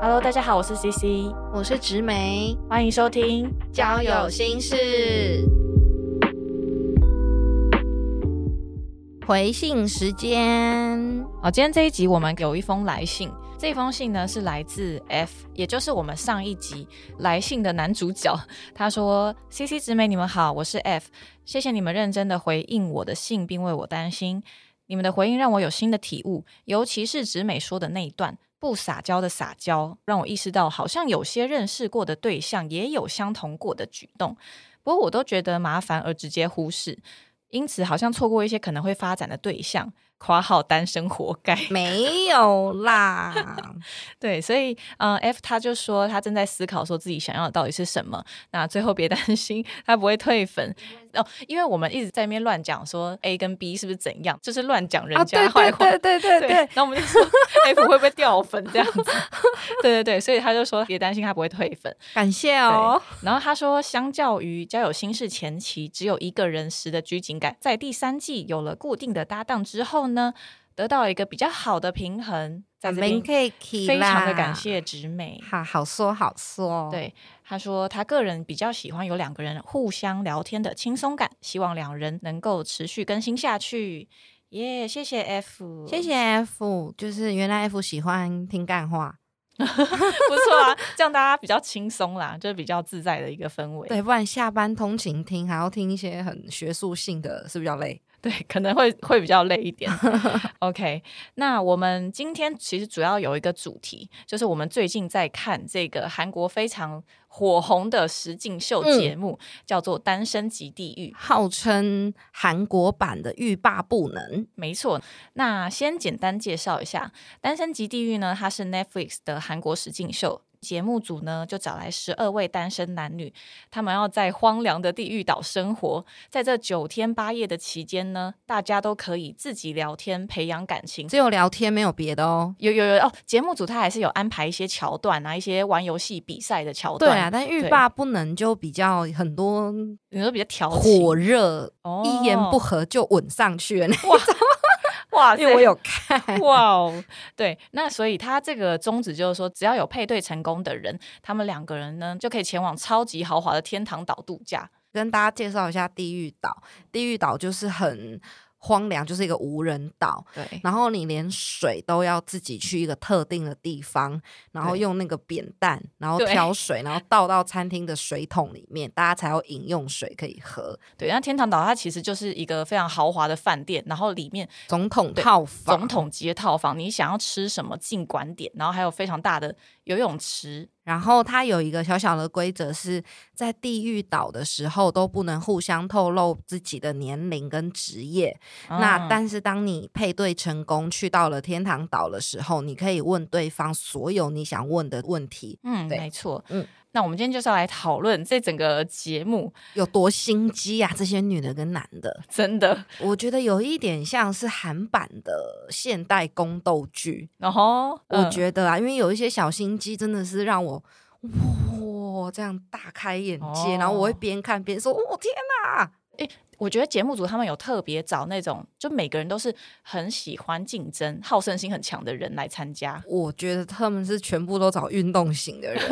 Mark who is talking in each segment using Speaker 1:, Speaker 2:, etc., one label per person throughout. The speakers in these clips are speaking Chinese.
Speaker 1: Hello，大家好，我是 CC，
Speaker 2: 我是植梅，
Speaker 1: 欢迎收听。
Speaker 2: 交友心事。回信时间，
Speaker 1: 哦，今天这一集我们有一封来信，这封信呢是来自 F，也就是我们上一集来信的男主角。 他说：“CC 直美，你们好，我是 F，谢谢你们认真的回应我的信，并为我担心。你们的回应让我有新的体悟，尤其是直美说的那一段不撒娇的撒娇，让我意识到好像有些认识过的对象也有相同过的举动，不过我都觉得麻烦而直接忽视。”因此，好像错过一些可能会发展的对象， 括号单身活该。
Speaker 2: 没有 啦，
Speaker 1: 对，所以，嗯、f 他就说他正在思考，说自己想要的到底是什么。那最后别担心， 他不会退粉哦，因为我们一直在那边乱讲说 A 跟 B 是不是怎样，就是乱讲人家坏话。
Speaker 2: 啊对对
Speaker 1: 啊对，然后我们就 说 F 会不会掉粉这样子？ 对对对，所以他就说别担心，他不会退粉。
Speaker 2: 感谢哦。
Speaker 1: 然后他说，相较于交友心事前期只有一个人时的拘谨感，在第三季有了固定的搭档之后呢，得到了一个比较好的平衡。在
Speaker 2: 咱
Speaker 1: 这边
Speaker 2: 们可以提
Speaker 1: 非
Speaker 2: 啦
Speaker 1: 常的感，谢直美。
Speaker 2: 好好说好说。，
Speaker 1: 对，他说他个人比较喜欢有两个人互相聊天的轻松感，希望两人能够持续更新下去。耶、谢谢 F，
Speaker 2: 谢，谢 F，就是原来 F 喜欢听干话，
Speaker 1: 不错啊，这样大家比较轻松啦，就是比较自在的一个氛围。
Speaker 2: 对，不然下班通勤听还要听一些很学术性的，是不是比较累？
Speaker 1: 对，可能会会比较累一点。OK，那我们今天其实主要有一个主题，就是我们最近在看这个韩国非常火红的实境秀
Speaker 2: 嗯
Speaker 1: 节目，叫做《单身即地狱》。
Speaker 2: 号称韩国版的欲罢不能，
Speaker 1: 没错，那先简单介绍一下《单身即地狱》呢，它是 Netflix 的韩国实境秀。节目组呢就找来十二位单身男女，他们要在荒凉的地狱岛生活，在这九天八夜的期间呢，大家都可以自己聊天，培养感情。
Speaker 2: 只有聊天没有别的哦。
Speaker 1: 有有有哦，节目组他还是有安排一些桥段啊，一些玩游戏比赛的桥
Speaker 2: 对
Speaker 1: 段。
Speaker 2: 啊，但欲
Speaker 1: 对
Speaker 2: 罢不能就比较很多
Speaker 1: 你说比较调情
Speaker 2: 火热，
Speaker 1: 哦
Speaker 2: 一言不合就吻上去了。
Speaker 1: 哇塞，
Speaker 2: 因为我有看，
Speaker 1: 哇哦，对，那所以他这个宗旨就是说，只要有配对成功的人，他们两个人呢就可以前往超级豪华的天堂岛度假。
Speaker 2: 跟大家介绍一下地狱岛。地狱岛就是很荒凉，就是一个无人岛。
Speaker 1: 对
Speaker 2: 然后你连水都要自己去一个特定的地方，然后
Speaker 1: 对
Speaker 2: 用那个扁担，然后
Speaker 1: 对
Speaker 2: 挑水，然后倒到餐厅的水桶里面，大家才有饮用水可以喝。
Speaker 1: 对，那天堂岛它其实就是一个非常豪华的饭店，然后里面
Speaker 2: 总统
Speaker 1: 对
Speaker 2: 套房，
Speaker 1: 总统级的套房，你想要吃什么尽管点，然后还有非常大的游泳池。
Speaker 2: 然后它有一个小小的规则是，在地狱岛的时候都不能互相透露自己的年龄跟职业。那
Speaker 1: 嗯
Speaker 2: 但是当你配对成功去到了天堂岛的时候，你可以问对方所有你想问的问题，
Speaker 1: 嗯，
Speaker 2: 对
Speaker 1: 没错，嗯
Speaker 2: 嗯。
Speaker 1: 那我们今天就是要来讨论这整个节目，
Speaker 2: 有多心机啊！这些女的跟男的，
Speaker 1: 真的，
Speaker 2: 我觉得有一点像是韩版的现代宫斗剧。
Speaker 1: 然后嗯
Speaker 2: 我觉得啊，因为有一些小心机真的是让我。哇，这样大开眼界，然后我会
Speaker 1: 哦
Speaker 2: 边看边说：“哦，天哪！”
Speaker 1: 我觉得节目组他们有特别找那种，就每个人都是很喜欢竞争、好胜心很强的人来参加。
Speaker 2: 我觉得他们是全部都找运动型的人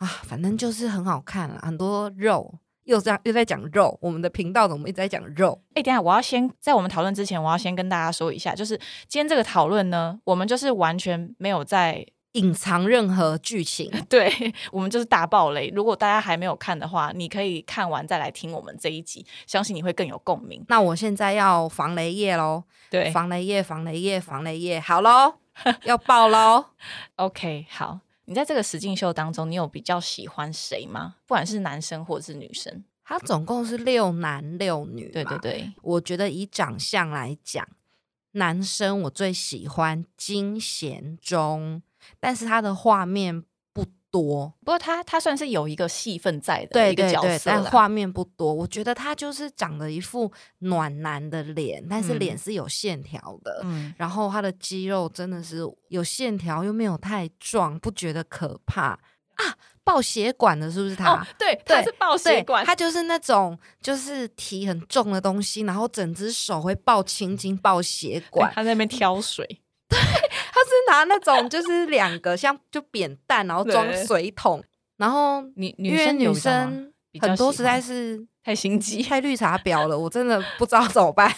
Speaker 2: 啊，反正就是很好看啦，很多肉。又这样又在讲肉，我们的频道怎么一直在讲肉？
Speaker 1: 哎，等一下我要先在我们讨论之前，我要先跟大家说一下，就是今天这个讨论呢，我们就是完全没有在，
Speaker 2: 隐藏任何剧情，
Speaker 1: 对我们就是大爆雷。如果大家还没有看的话，你可以看完再来听我们这一集，相信你会更有共鸣。
Speaker 2: 那我现在要防雷液喽，
Speaker 1: 对
Speaker 2: 防雷液，防雷液，防雷液，好喽，要爆喽！
Speaker 1: ，OK，好。你在这个实境秀当中，你有比较喜欢谁吗？不管是男生或者是女生？
Speaker 2: 它总共是六男六女，
Speaker 1: 对对，对，
Speaker 2: 我觉得以长相来讲，男生我最喜欢金贤中，但是他的画面不多，
Speaker 1: 不过他他算是有一个戏份在的
Speaker 2: 对
Speaker 1: 一个
Speaker 2: 对
Speaker 1: 角
Speaker 2: 对，
Speaker 1: 色
Speaker 2: 但
Speaker 1: 啦哦
Speaker 2: 画面不多。我觉得他就是长得一副暖男的脸，但是
Speaker 1: 嗯
Speaker 2: 脸是有线条的。
Speaker 1: 嗯，
Speaker 2: 然后他的肌肉真的是有线条，又没有太壮，不觉得可怕啊！爆血管的是不是他？
Speaker 1: 哦，对，他是爆
Speaker 2: 啊对
Speaker 1: 血管，
Speaker 2: 他就是那种就是提很重的东西，然后整只手会爆青筋、爆血
Speaker 1: 对
Speaker 2: 管。
Speaker 1: 他在那边挑水，
Speaker 2: 他是拿那种就是两个像就扁担，然后装
Speaker 1: 对
Speaker 2: 水桶，然后
Speaker 1: 女
Speaker 2: 因
Speaker 1: 女
Speaker 2: 为
Speaker 1: 生有
Speaker 2: 女
Speaker 1: 比较吗
Speaker 2: 生
Speaker 1: 比较
Speaker 2: 很多
Speaker 1: 喜
Speaker 2: 实在
Speaker 1: 欢
Speaker 2: 是
Speaker 1: 太心机，
Speaker 2: 太绿茶婊了，我真的不知道怎么办。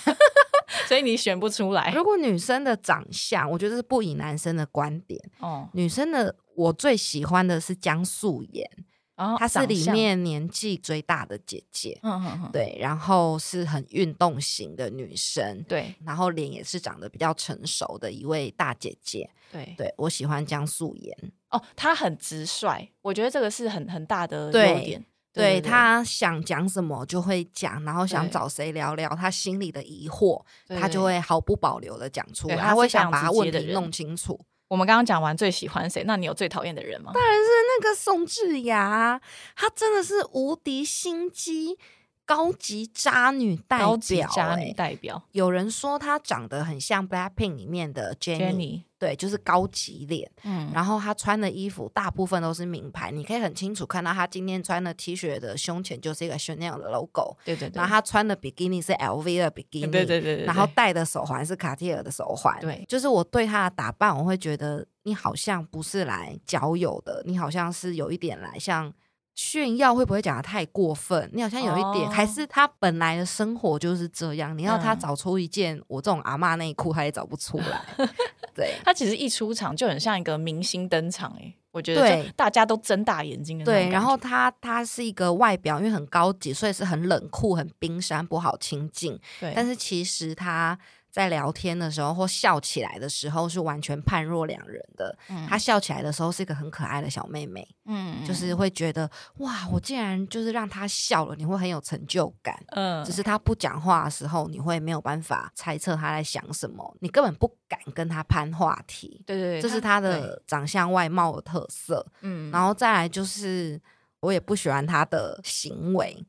Speaker 1: 所以你选不出来
Speaker 2: 如果女生的长相，我觉得是不以男生的观点，
Speaker 1: 哦。
Speaker 2: 女生的我最喜欢的是江素妍，
Speaker 1: 然后
Speaker 2: 她是
Speaker 1: 哦长
Speaker 2: 里
Speaker 1: 相，
Speaker 2: 面年纪最大的姐姐，
Speaker 1: 嗯嗯嗯，
Speaker 2: 对，然后是很运动型的女生。
Speaker 1: 对
Speaker 2: 然后脸也是长得比较成熟的一位大姐姐，
Speaker 1: 对
Speaker 2: 对我喜欢江素妍，
Speaker 1: 哦，他很直率，我觉得这个是很很大的优
Speaker 2: 对
Speaker 1: 点。
Speaker 2: 对她想讲什么就会讲，然后想
Speaker 1: 对
Speaker 2: 找谁聊聊她心里的疑惑，
Speaker 1: 对
Speaker 2: 她就
Speaker 1: 对
Speaker 2: 会毫不保留的讲出
Speaker 1: 对
Speaker 2: 来，
Speaker 1: 她
Speaker 2: 她
Speaker 1: 是
Speaker 2: 会
Speaker 1: 非
Speaker 2: 想
Speaker 1: 常
Speaker 2: 把她
Speaker 1: 直接
Speaker 2: 问
Speaker 1: 的
Speaker 2: 题
Speaker 1: 人
Speaker 2: 弄清楚。
Speaker 1: 我们刚刚讲完最喜欢谁，那你有最讨厌的人吗？
Speaker 2: 那个宋智雅，她真的是无敌心机、高级渣女代表、
Speaker 1: 高级渣女
Speaker 2: 欸
Speaker 1: 代表
Speaker 2: 有人说她长得很像 Blackpink 里面的 Jennie，,
Speaker 1: Jenny，
Speaker 2: 对，就是高级脸。
Speaker 1: 嗯，
Speaker 2: 然后她穿的衣服大部分都是名牌，你可以很清楚看到她今天穿的 T 恤的胸前就是一个 Chanel 的 logo，
Speaker 1: 对对对，
Speaker 2: 然后她穿的比基尼是 LV 的比基尼，
Speaker 1: 对对对对，对
Speaker 2: 然后戴的手环是卡地尔的手环，
Speaker 1: 对
Speaker 2: 就是我对他的打扮，我会觉得你好像不是来交友的，你好像是有一点来像炫耀，会不会讲的太过分？你好像有一
Speaker 1: 哦
Speaker 2: 点，还是他本来的生活就是这样，你要他
Speaker 1: 嗯
Speaker 2: 找出一件我这种阿嬷内裤，他也找不出来， 对。
Speaker 1: 他其实一出场就很像一个明星登场哎、我觉得
Speaker 2: 对
Speaker 1: 就大家都睁大眼睛的那种
Speaker 2: 对，
Speaker 1: 感
Speaker 2: 然后
Speaker 1: 觉
Speaker 2: 他他是一个外表因为很高级，所以是很冷酷、很冰山，不好亲近。
Speaker 1: 对，
Speaker 2: 但
Speaker 1: 是
Speaker 2: 是其实他在聊天的时候或笑起来的时候是完全判若两人的。他笑起来的时候是一个很可爱的小妹妹，
Speaker 1: 嗯
Speaker 2: 就是会觉得哇，我竟然就是让她笑了，你会很有成就感。
Speaker 1: 嗯
Speaker 2: 只是她不讲话的时候，你会没有办法猜测她在想什么，你根本不敢跟她攀话题。
Speaker 1: 对对对，
Speaker 2: 这是她的长相外貌的特色。
Speaker 1: 对嗯
Speaker 2: 然后再来就是，我也不喜欢她的行为，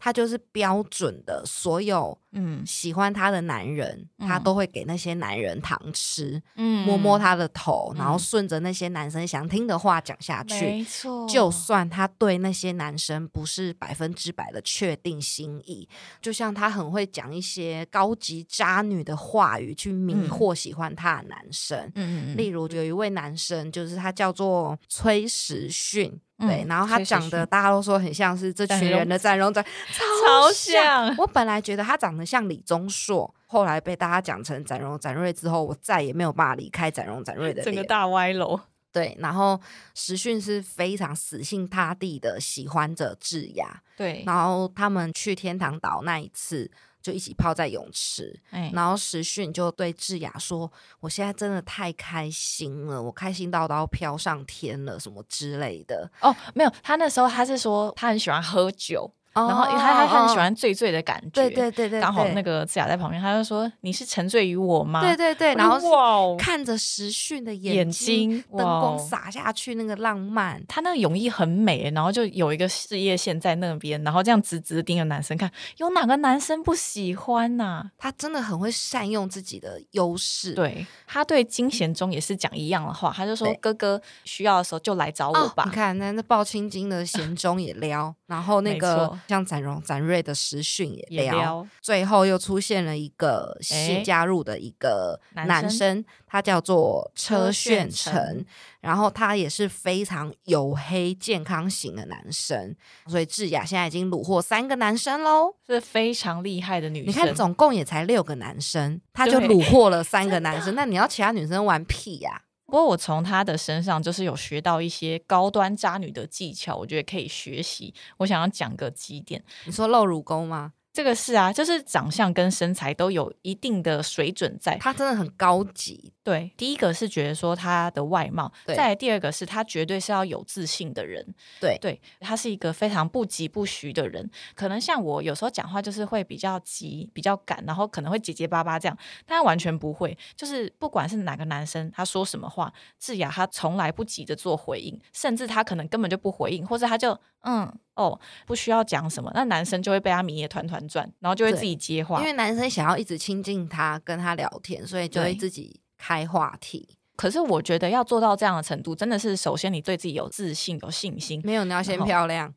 Speaker 2: 她就是标准的所有
Speaker 1: 嗯
Speaker 2: 喜欢她的男人，她
Speaker 1: 嗯
Speaker 2: 都会给那些男人糖吃，
Speaker 1: 嗯
Speaker 2: 摸摸她的头，然后
Speaker 1: 嗯
Speaker 2: 顺着那些男生想听的话讲下去。
Speaker 1: 没错，
Speaker 2: 就算她对那些男生不是百分之百的确定心意，就像她很会讲一些高级渣女的话语去迷
Speaker 1: 嗯
Speaker 2: 惑喜欢她的男生。
Speaker 1: 嗯嗯
Speaker 2: 例如有一位男生，就是他叫做崔时训，
Speaker 1: 嗯
Speaker 2: 对，然后他
Speaker 1: 崔时
Speaker 2: 长得
Speaker 1: 训
Speaker 2: 大家都说很像是这
Speaker 1: 展
Speaker 2: 群
Speaker 1: 荣
Speaker 2: 人的展荣展，
Speaker 1: 超
Speaker 2: 超
Speaker 1: 像
Speaker 2: 我本来觉得他长得像李钟硕，后来被大家讲成展荣展瑞之后，我再也没有办法离开展荣展瑞的
Speaker 1: 嗯整个
Speaker 2: 脸。
Speaker 1: 大歪楼，
Speaker 2: 对，然后时训是非常死心塌地的喜欢着智雅，
Speaker 1: 对，
Speaker 2: 然后他们去天堂岛那一次就一起泡在泳池，
Speaker 1: 哎
Speaker 2: 然后时讯就对智雅说：“我现在真的太开心了，我开心到都要飘上天了，什么之类的。
Speaker 1: 哦没有，他那时候他是说他很喜欢喝酒，
Speaker 2: 哦
Speaker 1: 然后因为他他他很喜欢醉醉的感觉，
Speaker 2: 对，对对对，
Speaker 1: 刚好
Speaker 2: 对
Speaker 1: 那个智雅在旁边，他就说你是沉醉于我吗？
Speaker 2: 对对对，
Speaker 1: 我就，
Speaker 2: 然后
Speaker 1: 哇哦
Speaker 2: 是看着时讯的
Speaker 1: 眼
Speaker 2: 睛，
Speaker 1: 睛
Speaker 2: 灯光。
Speaker 1: 哇哦
Speaker 2: 洒下去那个浪漫。
Speaker 1: 她那个泳衣很美，然后就有一个事业线在那边，然后这样直直地盯着男生看，有哪个男生不喜欢呐、
Speaker 2: 他真的很会善用自己的优势，
Speaker 1: 对，他对金贤忠也是讲一样的话，他就说
Speaker 2: 对：“
Speaker 1: 哥哥需要的时候就来找我
Speaker 2: 哦，
Speaker 1: 吧
Speaker 2: 你。看那那抱青 筋的贤忠也撩，然后那
Speaker 1: 没
Speaker 2: 个
Speaker 1: 错
Speaker 2: 像展荣、展瑞的时讯
Speaker 1: 也撩
Speaker 2: 最后又出现了一个
Speaker 1: 诶
Speaker 2: 新加入的一个
Speaker 1: 男
Speaker 2: 男
Speaker 1: 生
Speaker 2: 生，他叫做
Speaker 1: 车
Speaker 2: 车
Speaker 1: 炫成
Speaker 2: 炫成，然后他也是非常黝黑健康型的男生，所以智雅现在已经虏获三个男生喽。
Speaker 1: 是非常厉害的女生。
Speaker 2: 你看，总共也才六个男生，他就
Speaker 1: 对
Speaker 2: 虏获了三个男生，那你要其他女生玩屁呀、
Speaker 1: 不过我从她的身上就是有学到一些高端渣女的技巧，我觉得可以学习。我想要讲个几点，
Speaker 2: 你说露乳沟吗？
Speaker 1: 这个是啊，就是长相跟身材都有一定的水准在。
Speaker 2: 他真的很高级，
Speaker 1: 对，第一个是觉得说她的外貌，再
Speaker 2: 对
Speaker 1: 来第二个是她绝对是要有自信的人，
Speaker 2: 对
Speaker 1: 对，她是一个非常不急不徐的人。可能像我有时候讲话就是会比较急、比较赶，然后可能会结结巴巴这样，但她完全不会，就是不管是哪个男生，他说什么话，智雅她从来不急着做回应，甚至她可能根本就不回应，或者她就嗯哦不需要讲什么，那男生就会被她迷得团团转，然后就会
Speaker 2: 对
Speaker 1: 自己接话
Speaker 2: 因。为男生想要一直亲近他，跟他聊天，所以就会
Speaker 1: 对
Speaker 2: 自己开话题。
Speaker 1: 可是我觉得要做到这样的程度，真的是首先你对自己有自信、有信心。
Speaker 2: 没有，你要先
Speaker 1: 然后
Speaker 2: 漂亮，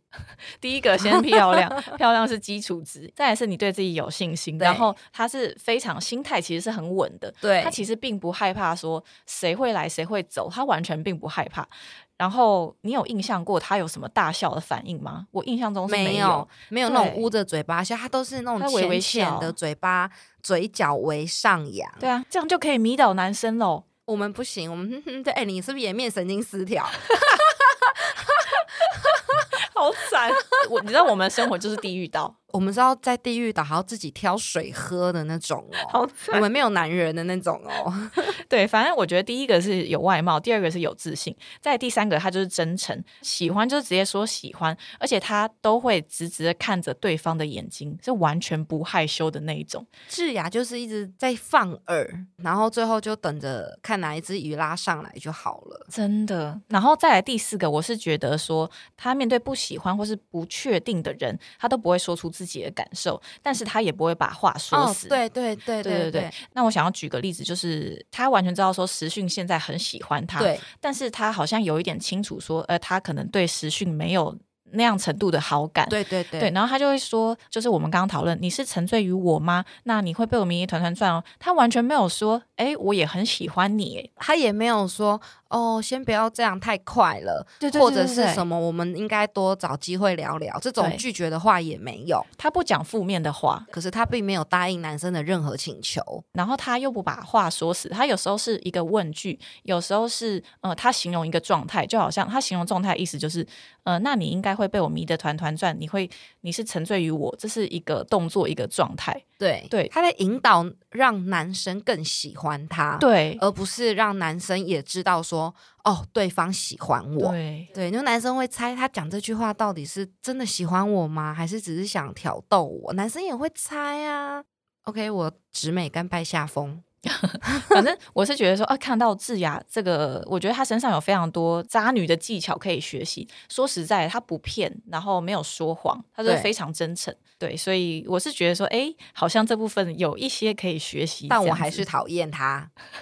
Speaker 1: 第一个 先漂亮，漂亮是基础值，再来是你对自己有信心，
Speaker 2: 对
Speaker 1: 然后他是非常心态其实是很稳的，
Speaker 2: 对
Speaker 1: 他其实并不害怕说谁会来谁会走，他完全并不害怕。然后你有印象过他有什么大笑的反应吗？我印象中是
Speaker 2: 没
Speaker 1: 有
Speaker 2: 有，没有那种
Speaker 1: 对
Speaker 2: 捂着嘴巴笑，它都是那
Speaker 1: 它
Speaker 2: 种
Speaker 1: 微微
Speaker 2: 浅浅
Speaker 1: 笑
Speaker 2: 的嘴巴，嘴角微上扬。
Speaker 1: 对啊，这样就可以迷倒男生喽。
Speaker 2: 我们不行，我们哼哼对，哎、你是不是颜面神经失调？
Speaker 1: 好惨！我你知道我们的生活就是地狱道，
Speaker 2: 我们是要在地狱岛还要自己挑水喝的那种哦，
Speaker 1: 好
Speaker 2: 我们没有男人的那种哦。
Speaker 1: 对，反正我觉得第一个是有外貌，第二个是有自信，再第三个他就是真诚，喜欢就直接说喜欢，而且他都会直直的看着对方的眼睛，是完全不害羞的那一种。
Speaker 2: 智雅就是一直在放饵，然后最后就等着看哪一只鱼拉上来就好了。
Speaker 1: 真的，然后再来第四个，我是觉得说，他面对不喜欢或是不确定的人，他都不会说出自己的感受，但是他也不会把话说死。
Speaker 2: 哦对对
Speaker 1: 对
Speaker 2: 对
Speaker 1: 对
Speaker 2: 对
Speaker 1: 对，那我想要举个例子，就是他完全知道说时讯现在很喜欢他，
Speaker 2: 对，
Speaker 1: 但是他好像有一点清楚说，呃，他可能对时讯没有那样程度的好感。
Speaker 2: 对对对
Speaker 1: 对，然后他就会说，就是我们刚刚讨论，你是沉醉于我吗？那你会被我迷得团团转哦。他完全没有说，哎，我也很喜欢你，诶
Speaker 2: 他也没有说哦，先不要这样太快了，
Speaker 1: 对对
Speaker 2: 或者
Speaker 1: 对
Speaker 2: 是
Speaker 1: 对
Speaker 2: 什么，我们应该多找机会聊聊。这种
Speaker 1: 对
Speaker 2: 拒绝的话也没有，
Speaker 1: 他不讲负面的话，
Speaker 2: 可是他并没有答应男生的任何请求。
Speaker 1: 然后他又不把话说死。他有时候是一个问句，有时候是呃，他形容一个状态，就好像他形容状态的意思就是，呃，那你应该会被我迷得团团转，你会你是沉醉于我，这是一个动作，一个状态。
Speaker 2: 对
Speaker 1: 对
Speaker 2: 他在引导让男生更喜欢他，，
Speaker 1: 对，
Speaker 2: 而不是让男生也知道说哦，对方喜欢我。
Speaker 1: 对，
Speaker 2: 对，因为男生会猜他讲这句话到底是真的喜欢我吗，还是只是想挑逗我？男生也会猜啊。OK，我直美甘拜下风。
Speaker 1: 反正我是觉得说，啊，看到智雅这个，我觉得她身上有非常多渣女的技巧可以学习。说实在，她不骗，然后没有说谎，她是
Speaker 2: 对
Speaker 1: 非常真诚。对，所以我是觉得说，哎，好像这部分有一些可以学习。
Speaker 2: 但
Speaker 1: 这
Speaker 2: 我
Speaker 1: 样
Speaker 2: 还
Speaker 1: 子
Speaker 2: 是讨厌他。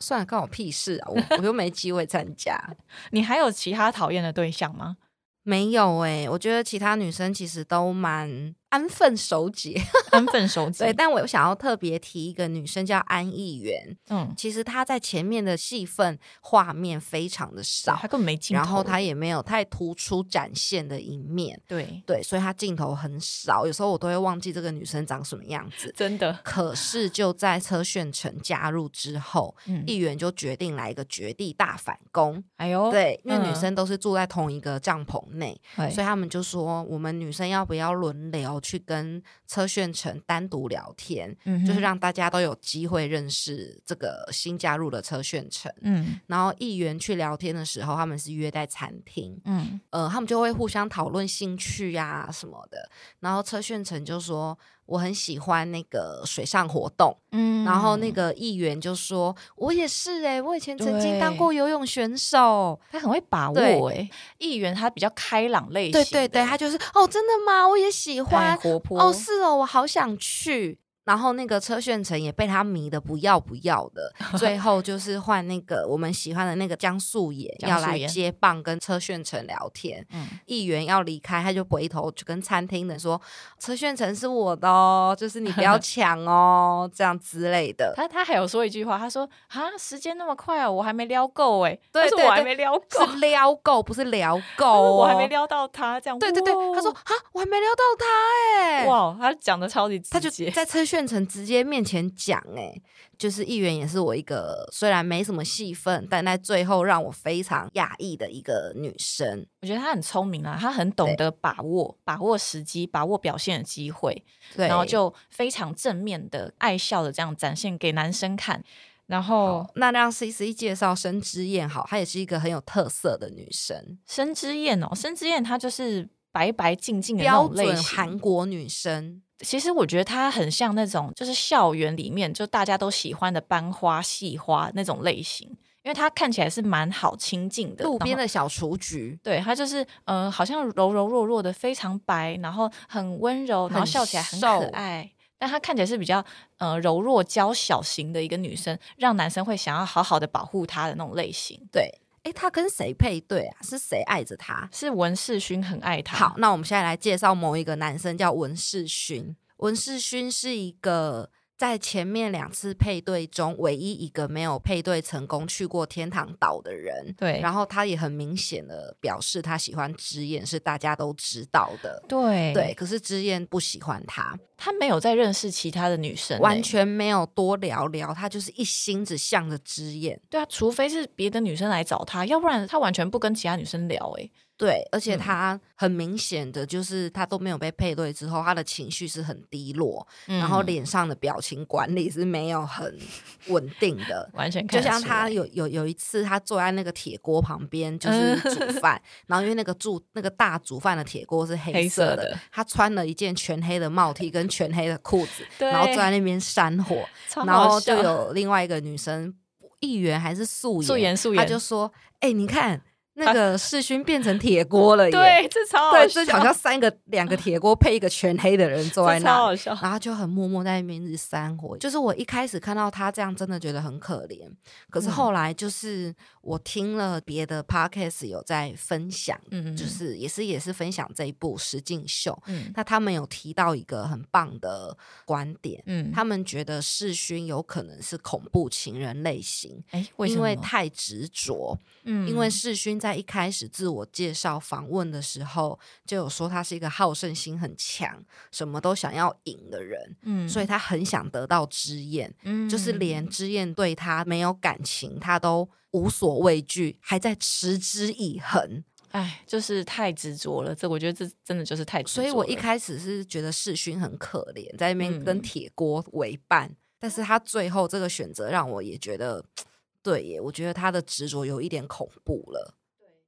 Speaker 2: 算了，关我屁事啊！我我又没机会参加。
Speaker 1: 你还有其他讨厌的对象吗？
Speaker 2: 没有诶、我觉得其他女生其实都蛮安分守己。
Speaker 1: 安分守己。
Speaker 2: 对，但我想要特别提一个女生叫安艺媛，
Speaker 1: 嗯，
Speaker 2: 其实她在前面的戏份画面非常的少
Speaker 1: 他，根本没镜头。
Speaker 2: 然后她也没有太突出展现的一面。
Speaker 1: 对，
Speaker 2: 对，所以她镜头很少，有时候我都会忘记这个女生长什么样子。
Speaker 1: 真的，
Speaker 2: 可是就在车炫成加入之后，
Speaker 1: 嗯，
Speaker 2: 议员就决定来一个绝地大反攻。
Speaker 1: 哎呦，
Speaker 2: 对，因为女
Speaker 1: 嗯
Speaker 2: 生都是住在同一个帐篷内，
Speaker 1: 对
Speaker 2: 所以他们就说，我们女生要不要轮流去跟车炫成单独聊天，
Speaker 1: 嗯哼
Speaker 2: 就是让大家都有机会认识这个新加入的车炫成。
Speaker 1: 嗯
Speaker 2: 然后议员去聊天的时候，他们是约在餐厅，
Speaker 1: 嗯
Speaker 2: 呃，他们就会互相讨论兴趣呀、什么的。然后车炫成就说：“我很喜欢那个水上活动。”
Speaker 1: 嗯
Speaker 2: 然后那个议员就说：“我也是哎、我以前曾经当
Speaker 1: 对
Speaker 2: 过游泳选手。
Speaker 1: 他很会把握
Speaker 2: 对
Speaker 1: 哎、议员他比较开朗”类型
Speaker 2: 对
Speaker 1: 的，
Speaker 2: 对对，他就是哦，真的吗？我也喜
Speaker 1: 太
Speaker 2: 欢
Speaker 1: 活泼
Speaker 2: 哦，是哦，我好想去。然后那个车炫成也被他迷得不要不要的，最后就是换那个我们喜欢的那个江素妍
Speaker 1: 江
Speaker 2: 要
Speaker 1: 素
Speaker 2: 来
Speaker 1: 妍
Speaker 2: 接棒跟车炫成聊天。
Speaker 1: 嗯。
Speaker 2: 议员要离开，他就回头就跟餐厅的说：“车炫成是我的哦，就是你不 要抢哦，这样之类的。”
Speaker 1: 他他还有说一句话，他说啊，时间那么快啊，我还没撩够哎、欸，
Speaker 2: 对
Speaker 1: 但是
Speaker 2: 对
Speaker 1: 我还
Speaker 2: 对
Speaker 1: 没撩够，
Speaker 2: 是撩狗，不是撩狗、
Speaker 1: 他
Speaker 2: 哦
Speaker 1: 说。我还没。撩到他，这样
Speaker 2: 对对对，他说啊，我还没撩到他哎、
Speaker 1: 哇，他讲的超级直
Speaker 2: 他就
Speaker 1: 接，
Speaker 2: 在车炫成直接面前讲哎、就是议员也是我一个虽然没什么戏份，但在最后让我非常讶异的一个女生。
Speaker 1: 我觉得他很聪明啊，他很懂
Speaker 2: 对
Speaker 1: 得把握把握时机，把握表现的机会，
Speaker 2: 对，
Speaker 1: 然后就非常正面的爱笑的这样展现给男生看，然后
Speaker 2: 好那让 C C 介绍申之燕好，她也是一个很有特色的女生，
Speaker 1: 申之燕哦，申之燕她就是白白净净的那
Speaker 2: 标
Speaker 1: 种类
Speaker 2: 准
Speaker 1: 型，
Speaker 2: 韩国女生。
Speaker 1: 其实我觉得她很像那种，就是校园里面就大家都喜欢的班花、系花那种类型，因为她看起来是蛮好亲近的，
Speaker 2: 路边
Speaker 1: 的。
Speaker 2: 的小雏菊，
Speaker 1: 对她就是，呃，好像柔柔弱弱的，非常白，然后很温柔，然后笑起来很可
Speaker 2: 瘦
Speaker 1: 爱。但她看起来是比较呃柔弱娇小型的一个女生，让男生会想要好好的保护她的那种类型。
Speaker 2: 对，哎，他跟谁配对啊？是谁爱着他？
Speaker 1: 是文世勋很爱她，
Speaker 2: 好，，那我们现在来介绍某一个男生，叫文世勋。文世勋是一个在前面两次配对中唯一一个没有配对成功去过天堂岛的人。
Speaker 1: 对，
Speaker 2: 然后他也很明显的表示他喜欢之燕，是大家都知道的。
Speaker 1: 对
Speaker 2: 对，，可是之燕不喜欢他，
Speaker 1: 她没有再认识其他的女生、欸，
Speaker 2: 完全没有多聊聊，他就是一心只向着之燕。
Speaker 1: 对啊，除非是别的女生来找她，要不然她完全不跟其他女生聊、欸。
Speaker 2: 对，而且
Speaker 1: 嗯
Speaker 2: 他很明显的就是他都没有被配对之后，他的情绪是很低落，
Speaker 1: 哎，
Speaker 2: 然后脸上的表情管理是没有很稳定 的。
Speaker 1: 完全看
Speaker 2: 就
Speaker 1: 得
Speaker 2: 像
Speaker 1: 出
Speaker 2: 他
Speaker 1: 来
Speaker 2: 有有有一次，他坐在那个铁锅旁边，就是
Speaker 1: 嗯
Speaker 2: 煮饭，然后因为那个煮那个大煮饭的铁锅是黑
Speaker 1: 黑
Speaker 2: 色
Speaker 1: 色
Speaker 2: 的，
Speaker 1: 的
Speaker 2: 他穿了一件全黑的帽 T 跟全黑的裤 子，
Speaker 1: 对
Speaker 2: 然后坐在那边煽火，
Speaker 1: 超
Speaker 2: 然
Speaker 1: 好
Speaker 2: 后就
Speaker 1: 笑
Speaker 2: 有另外一个女生议员还是素颜，
Speaker 1: 素颜素
Speaker 2: 他
Speaker 1: 颜，
Speaker 2: 就说：“哎、你看那个世勋变成铁锅了耶！”
Speaker 1: 对，这超好
Speaker 2: 对，
Speaker 1: 笑
Speaker 2: 这好像三个两个铁锅配一个全黑的人坐在
Speaker 1: 这超
Speaker 2: 那
Speaker 1: 好笑，
Speaker 2: 然后就很默默在那边一直煽火。就是我一开始看到他这样，真的觉得很可怜。可是
Speaker 1: 嗯
Speaker 2: 后来就是我听了别的 podcast 有在分享，
Speaker 1: 嗯，
Speaker 2: 就是也是也是分享这一部《石敬秀》，
Speaker 1: 嗯
Speaker 2: 那他们有提到一个很棒的观点。
Speaker 1: 嗯，
Speaker 2: 他们觉得世勋有可能是恐怖情人类型，
Speaker 1: 哎，为什
Speaker 2: 因
Speaker 1: 么？
Speaker 2: 为太执着，
Speaker 1: 嗯
Speaker 2: 因为世勋在一开始自我介绍访问的时候，就有说他是一个好胜心很强、什么都想要赢的人，
Speaker 1: 嗯
Speaker 2: 所以他很想得到之燕，
Speaker 1: 嗯
Speaker 2: 就是连之燕对他没有感情，他都无所畏惧，还在持之以恒。
Speaker 1: 哎，就是太执着了。这我觉得这真的就是太执着
Speaker 2: 所
Speaker 1: 了，
Speaker 2: 以我一开始是觉得世勋很可怜，在那边跟
Speaker 1: 哎嗯
Speaker 2: 铁锅为伴，但是他最后这个选择让我也觉得，对耶，我觉得他的执着有一点恐怖了。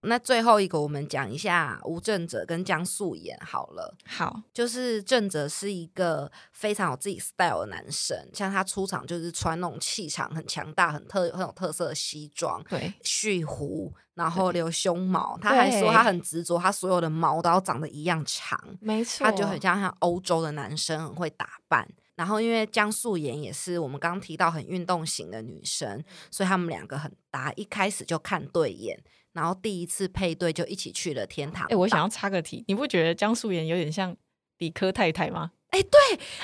Speaker 2: 那最后一个，我们讲一下吴正哲跟江素妍好了。
Speaker 1: 好，
Speaker 2: 就是正哲是一个非常有自己 style 的男生，像他出场就是穿那种气场很强大、很特很有特色的西装，
Speaker 1: 对，
Speaker 2: 蓄胡，然后留胸毛。他
Speaker 1: 对
Speaker 2: 还说他很执着，他所有的毛都要长得一样长。
Speaker 1: 没错，
Speaker 2: 他就很像像欧洲的男生，很会打扮。然后因为江素妍也是我们刚刚提到很运动型的女生，所以他们两个很搭，一开始就看对眼，然后第一次配对就一起去了天堂。
Speaker 1: 哎，我想要插个题，你不觉得江素妍有点像理科太太吗？
Speaker 2: 哎，对，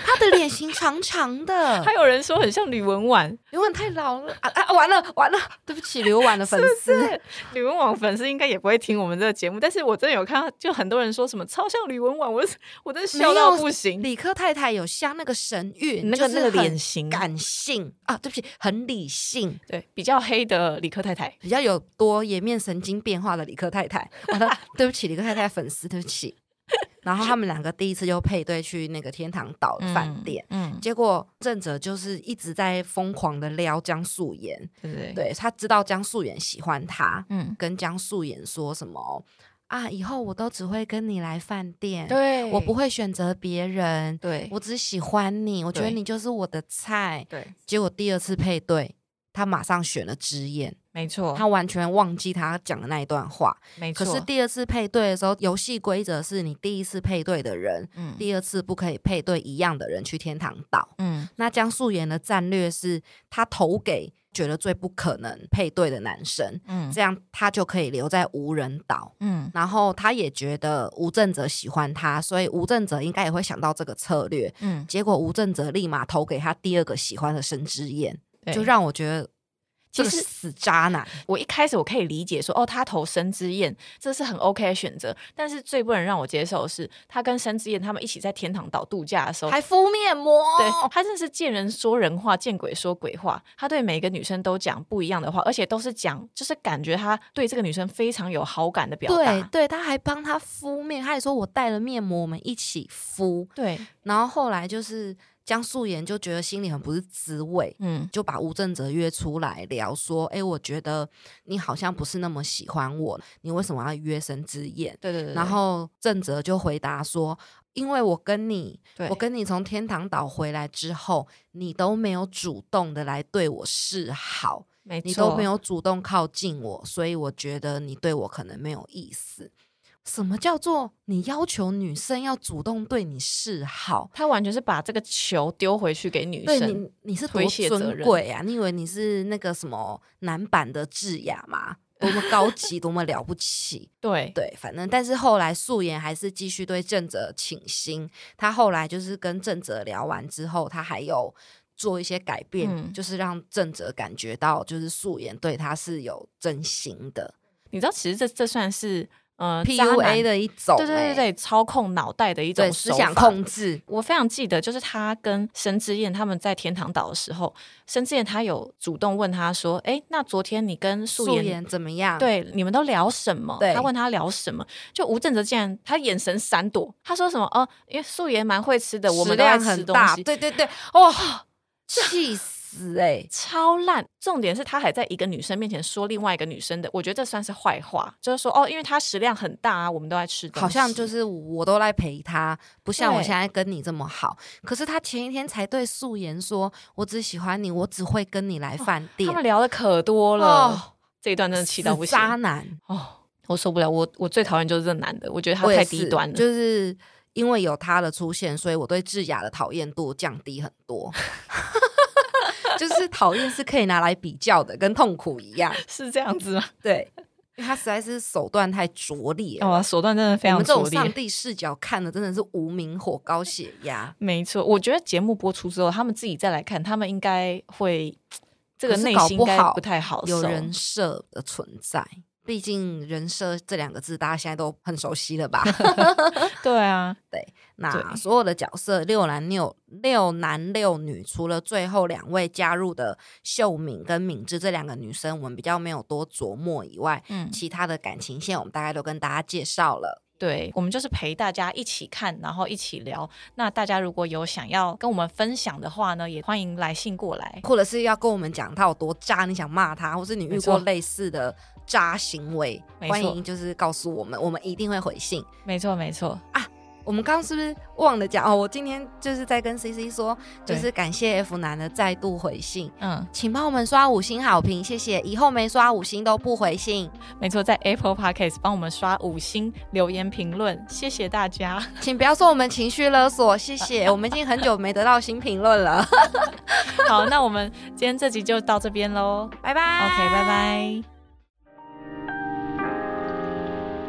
Speaker 2: 她的脸型长长 的
Speaker 1: 还，有人说很像吕文婉，
Speaker 2: 刘婉太老了啊啊！完了完了，对不起，刘婉的粉丝。
Speaker 1: 是吕文婉粉丝应该也不会听我们这个节目，但是我真的有看到，就很多人说什么超像吕文婉，我我真的笑到
Speaker 2: 没有
Speaker 1: 不行，
Speaker 2: 理科太太有像那个神韵，
Speaker 1: 那个
Speaker 2: 就是
Speaker 1: 那个
Speaker 2: 很
Speaker 1: 脸型
Speaker 2: 感性啊，对不起，很理性，
Speaker 1: 对，比较黑的理科太太。
Speaker 2: 比较有多颜面神经变化的理科太太。完了，对不起，理科太太粉丝，对不起。然后他们两个第一次就配对去那个天堂岛饭店，，
Speaker 1: 嗯，
Speaker 2: 结果正哲就是一直在疯狂的撩江素妍，
Speaker 1: 对对
Speaker 2: 对他知道江素妍喜欢他，
Speaker 1: 嗯，
Speaker 2: 跟江素妍说什么啊，以后我都只会跟你来饭店，
Speaker 1: 对
Speaker 2: 我不会选择别人，
Speaker 1: 对
Speaker 2: 我只喜欢你，我觉得
Speaker 1: 对
Speaker 2: 你就是我的菜。
Speaker 1: 对，
Speaker 2: 结果第二次配对，他马上选了之燕，
Speaker 1: 没错，
Speaker 2: 他完全忘记他讲的那一段话。
Speaker 1: 没
Speaker 2: 可
Speaker 1: 错，
Speaker 2: 是第二次配对的时候，游戏规则是你第一次配对的人，
Speaker 1: 嗯
Speaker 2: 第二次不可以配对一样的人去天堂岛。
Speaker 1: 嗯
Speaker 2: 那江素妍的战略是，她投给觉得最不可能配对的男生，
Speaker 1: 嗯
Speaker 2: 这样他就可以留在无人岛。
Speaker 1: 嗯，
Speaker 2: 然后他也觉得吴正哲喜欢他，所以吴正哲应该也会想到这个策略。
Speaker 1: 嗯，
Speaker 2: 结果吴正哲立马投给他第二个喜欢的申之燕，
Speaker 1: 对
Speaker 2: 就让我觉得这个
Speaker 1: 其实
Speaker 2: 死渣男。
Speaker 1: 我一开始我可以理解说，哦，他投申之燕，这是很 OK 的选择。但是最不能让我接受的是，他跟申之燕他们一起在天堂岛度假的时候，
Speaker 2: 还敷面膜，
Speaker 1: 对他真的是见人说人话，见鬼说鬼话。他对每一个女生都讲不一样的话，而且都是讲，就是感觉他对这个女生非常有好感的表
Speaker 2: 对
Speaker 1: 达。
Speaker 2: 对，他还帮他敷面，他也说我带了面膜，我们一起敷。
Speaker 1: 对，
Speaker 2: 然后后来就是江素妍就觉得心里很不是滋味，
Speaker 1: 嗯
Speaker 2: 就把吴正哲约出来聊，说：“哎、我觉得你好像不是那么喜欢我，你为什么要约申之燕？”
Speaker 1: 对对对对。
Speaker 2: 然后正哲就回答说：“因为我跟你，
Speaker 1: 对
Speaker 2: 我跟你从天堂岛回来之后，你都没有主动的来对我示好，
Speaker 1: 没
Speaker 2: 你
Speaker 1: 错
Speaker 2: 都没有主动靠近我，所以我觉得你对我可能没有意思。”什么叫做你要求女生要主动对你示好？
Speaker 1: 他完全是把这个球丢回去给女
Speaker 2: 对
Speaker 1: 生。
Speaker 2: 你，你是多
Speaker 1: 推卸责
Speaker 2: 尊
Speaker 1: 任
Speaker 2: 贵啊！你以为你是那个什么男版的智雅吗？多 么高级，多么了不起！
Speaker 1: 对
Speaker 2: 对，反正但是后来素颜还是继续对正哲倾心。他后来就是跟正哲聊完之后，他还有做一些改变，
Speaker 1: 嗯
Speaker 2: 就是让正哲感觉到，就是素颜对他是有真心的
Speaker 1: 你知道，其实这这算是呃渣男
Speaker 2: PUA 的一种、欸，
Speaker 1: 对对对对，操控脑袋的一种
Speaker 2: 对思
Speaker 1: 手
Speaker 2: 想
Speaker 1: 法
Speaker 2: 控制。
Speaker 1: 我非常记得，就是他跟申智燕他们在天堂岛的时候，申智燕他有主动问他说：“哎，那昨天你跟素
Speaker 2: 素
Speaker 1: 颜
Speaker 2: 颜怎么样？，
Speaker 1: 对你们都聊什么？”
Speaker 2: 啊对
Speaker 1: 他问他聊什么，就吴正哲竟然他眼神闪躲，他说什么？哦，因为素颜蛮会吃的，我们
Speaker 2: 食
Speaker 1: 都在
Speaker 2: 量
Speaker 1: 吃
Speaker 2: 很
Speaker 1: 东
Speaker 2: 大，
Speaker 1: 西，
Speaker 2: 对对对，哇、 气死哎、
Speaker 1: 超烂。重点是他还在一个女生面前说另外一个女生的，我觉得这算是坏话，就是说哦，因为他食量很大啊，我们都在吃东西，
Speaker 2: 好像就是我都来陪他，不像我
Speaker 1: 对
Speaker 2: 现在跟你这么好。可是他前一天才对素颜说：“我只喜欢你，我只会跟你来饭店。
Speaker 1: 哦他们聊的可多了。
Speaker 2: 哦
Speaker 1: 这一段真的气到不
Speaker 2: 死
Speaker 1: 行，
Speaker 2: 渣男，
Speaker 1: 哦，我受不了，我我最讨厌就是这男的，我觉得他
Speaker 2: 我也
Speaker 1: 太
Speaker 2: 是
Speaker 1: 低端了。
Speaker 2: 就是因为有他的出现，所以我对智雅的讨厌度降低很多。 就是讨厌是可以拿来比较的，跟痛苦一样。
Speaker 1: 是这样子吗？
Speaker 2: 对，因为他实在是手段太拙劣了。
Speaker 1: 哇，手段真的哦非
Speaker 2: 啊我
Speaker 1: 常
Speaker 2: 们
Speaker 1: 拙
Speaker 2: 这种上
Speaker 1: 劣。
Speaker 2: 帝视角看的真的是无名火、高血压。
Speaker 1: 没错，我觉得节目播出之后，他们自己再来看，他们应该会这个
Speaker 2: 可是
Speaker 1: 内
Speaker 2: 搞
Speaker 1: 心
Speaker 2: 不
Speaker 1: 应该
Speaker 2: 好
Speaker 1: 不太好受。
Speaker 2: 有人设的存在。毕竟“人设”这两个字，大家现在都很熟 悉了吧？
Speaker 1: 对 啊，
Speaker 2: 那
Speaker 1: 对
Speaker 2: 所有的角色六男六六男六女，除了最后两位加入的秀敏跟敏智这两个女生，我们比较没有多琢磨以外，
Speaker 1: 嗯，
Speaker 2: 其他的感情线我们大概都跟大家介绍了。
Speaker 1: 对，我们就是陪大家一起看，然后一起聊。那大家如果有想要跟我们分享的话呢，也欢迎来信过来。
Speaker 2: 或者是要跟我们讲他有多渣，你想骂他，或是你遇
Speaker 1: 没错
Speaker 2: 过类似的渣行为，
Speaker 1: 没错
Speaker 2: 欢迎就是告诉我们，我们一定会回信。
Speaker 1: 没错，没错，
Speaker 2: 我们刚刚是不是忘了讲哦？我今天就是在跟 C C 说，就
Speaker 1: 对
Speaker 2: 是感谢 F 男的再度回信，
Speaker 1: 嗯，
Speaker 2: 请帮我们刷五星好评，谢谢。以后没刷五星都不回信，
Speaker 1: 没错，在 Apple Podcast 帮我们刷五星留言评论，谢谢大家。
Speaker 2: 请不要说我们情绪勒索，谢谢。我们已经很久没得到新评 论了，
Speaker 1: 好，那我们今天这集就到这边喽。
Speaker 2: 拜拜。
Speaker 1: OK，拜。拜。